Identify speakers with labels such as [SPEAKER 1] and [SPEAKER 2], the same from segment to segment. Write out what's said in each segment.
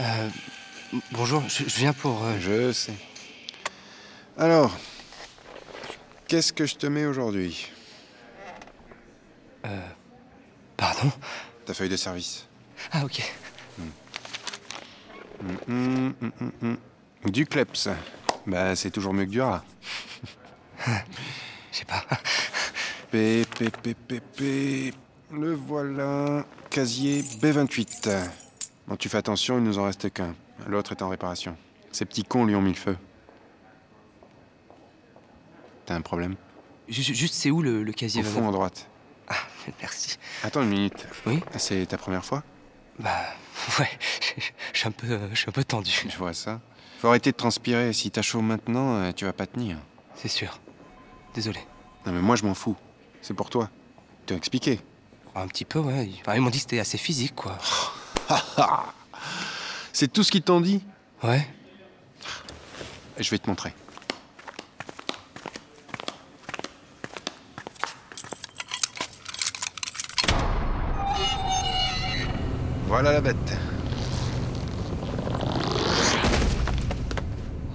[SPEAKER 1] Euh, bonjour, je, je viens pour. euh,
[SPEAKER 2] Je sais. Alors, qu'est-ce que je te mets aujourd'hui
[SPEAKER 1] Pardon
[SPEAKER 2] Ta feuille de service.
[SPEAKER 1] Ah, ok.
[SPEAKER 2] Hum, hum, hum, hum. Du kleps. Bah, c'est toujours mieux que du rat.
[SPEAKER 1] Je sais pas.
[SPEAKER 2] P, P, P, P, P. Le voilà. Casier B28. Bon, tu fais attention, il nous en reste qu'un. L'autre est en réparation. Ces petits cons lui ont mis le feu. T'as un problème
[SPEAKER 1] Ju- ju- Juste, c'est où le, le casier
[SPEAKER 2] Au fond, à droite.
[SPEAKER 1] Ah, merci.
[SPEAKER 2] Attends une minute. Ah,
[SPEAKER 1] Oui
[SPEAKER 2] C'est ta première fois
[SPEAKER 1] Bah, ouais, je, je- je suis un peu, euh, je suis un peu tendu,
[SPEAKER 2] Je vois ça. Faut arrêter de transpirer. Si t'as chaud maintenant, euh, tu vas pas tenir.
[SPEAKER 1] c'est sûr. Désolé.
[SPEAKER 2] Non, mais moi, je m'en fous. C'est pour toi. T'as expliqué.
[SPEAKER 1] Un petit peu, ouais. Ils, enfin, ils m'ont dit que c'était assez physique, quoi.
[SPEAKER 2] C'est tout ce qu'ils t'ont dit
[SPEAKER 1] Ouais.
[SPEAKER 2] Je vais te montrer. Voilà la bête.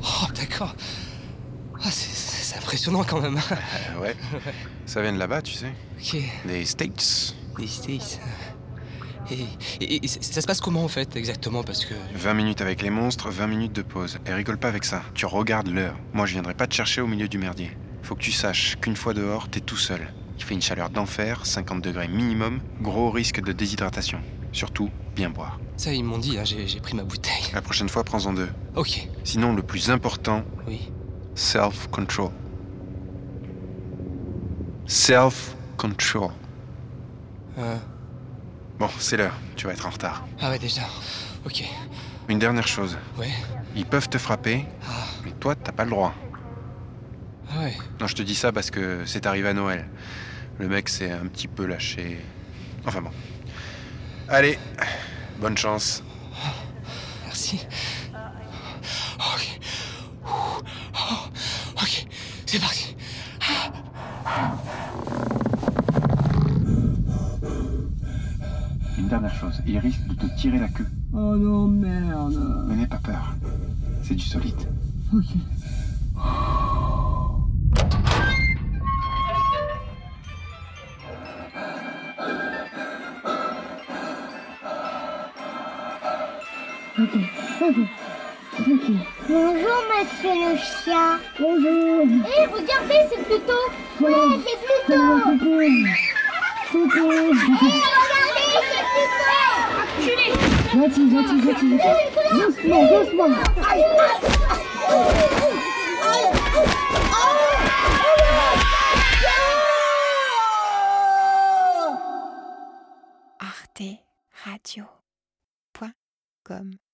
[SPEAKER 1] Oh, d'accord. Ah, c'est- c'est c'est impressionnant quand même.
[SPEAKER 2] Euh, ouais. Ça vient de là-bas, tu sais.
[SPEAKER 1] ok.
[SPEAKER 2] Des States.
[SPEAKER 1] Les States. Et, et- et ça ça se passe comment en fait exactement Parce que.
[SPEAKER 2] 20 minutes avec les monstres, 20 minutes de pause. Et rigole pas avec ça. Tu regardes l'heure. Moi, je viendrai pas te chercher au milieu du merdier. Faut que tu saches qu'une fois dehors, t'es tout seul. Il fait une chaleur d'enfer, 50 degrés minimum, gros risque de déshydratation. Surtout, bien boire.
[SPEAKER 1] Ça, ils m'ont dit, hein, j'ai j'ai pris ma bouteille.
[SPEAKER 2] La prochaine fois, prends-en deux.
[SPEAKER 1] Ok,
[SPEAKER 2] Sinon, le plus important,
[SPEAKER 1] oui.
[SPEAKER 2] self-control. Self-control.
[SPEAKER 1] Euh,
[SPEAKER 2] Bon, c'est l'heure, tu vas être en retard.
[SPEAKER 1] Ah ouais, déjà. Ok,
[SPEAKER 2] Une dernière chose,
[SPEAKER 1] ouais.
[SPEAKER 2] ils peuvent te frapper,
[SPEAKER 1] Ah,
[SPEAKER 2] mais toi, t'as pas le droit.
[SPEAKER 1] ah ouais.
[SPEAKER 2] Non, je te dis ça parce que c'est arrivé à Noël. Le mec s'est un petit peu lâché. Enfin bon. Allez, bonne chance.
[SPEAKER 1] Merci. Ok. Ouh. Oh, Ok, c'est parti.
[SPEAKER 2] Une dernière chose, il risque de te tirer la queue.
[SPEAKER 3] Oh non, merde.
[SPEAKER 2] Mais n'aie pas peur, c'est du solide.
[SPEAKER 3] Ok. Ok, ok, ok.
[SPEAKER 4] Bonjour, monsieur le chien.
[SPEAKER 3] Bonjour,
[SPEAKER 4] Hé, Eh, regardez, c'est Pluto. Ouais, c'est
[SPEAKER 3] c'est
[SPEAKER 4] Pluto.
[SPEAKER 3] mon coucou. Coucou.
[SPEAKER 4] Regardez, c'est Pluto. Enculé.
[SPEAKER 3] Gentil, gentil, gentil. Doucement, doucement.
[SPEAKER 5] arteradio.com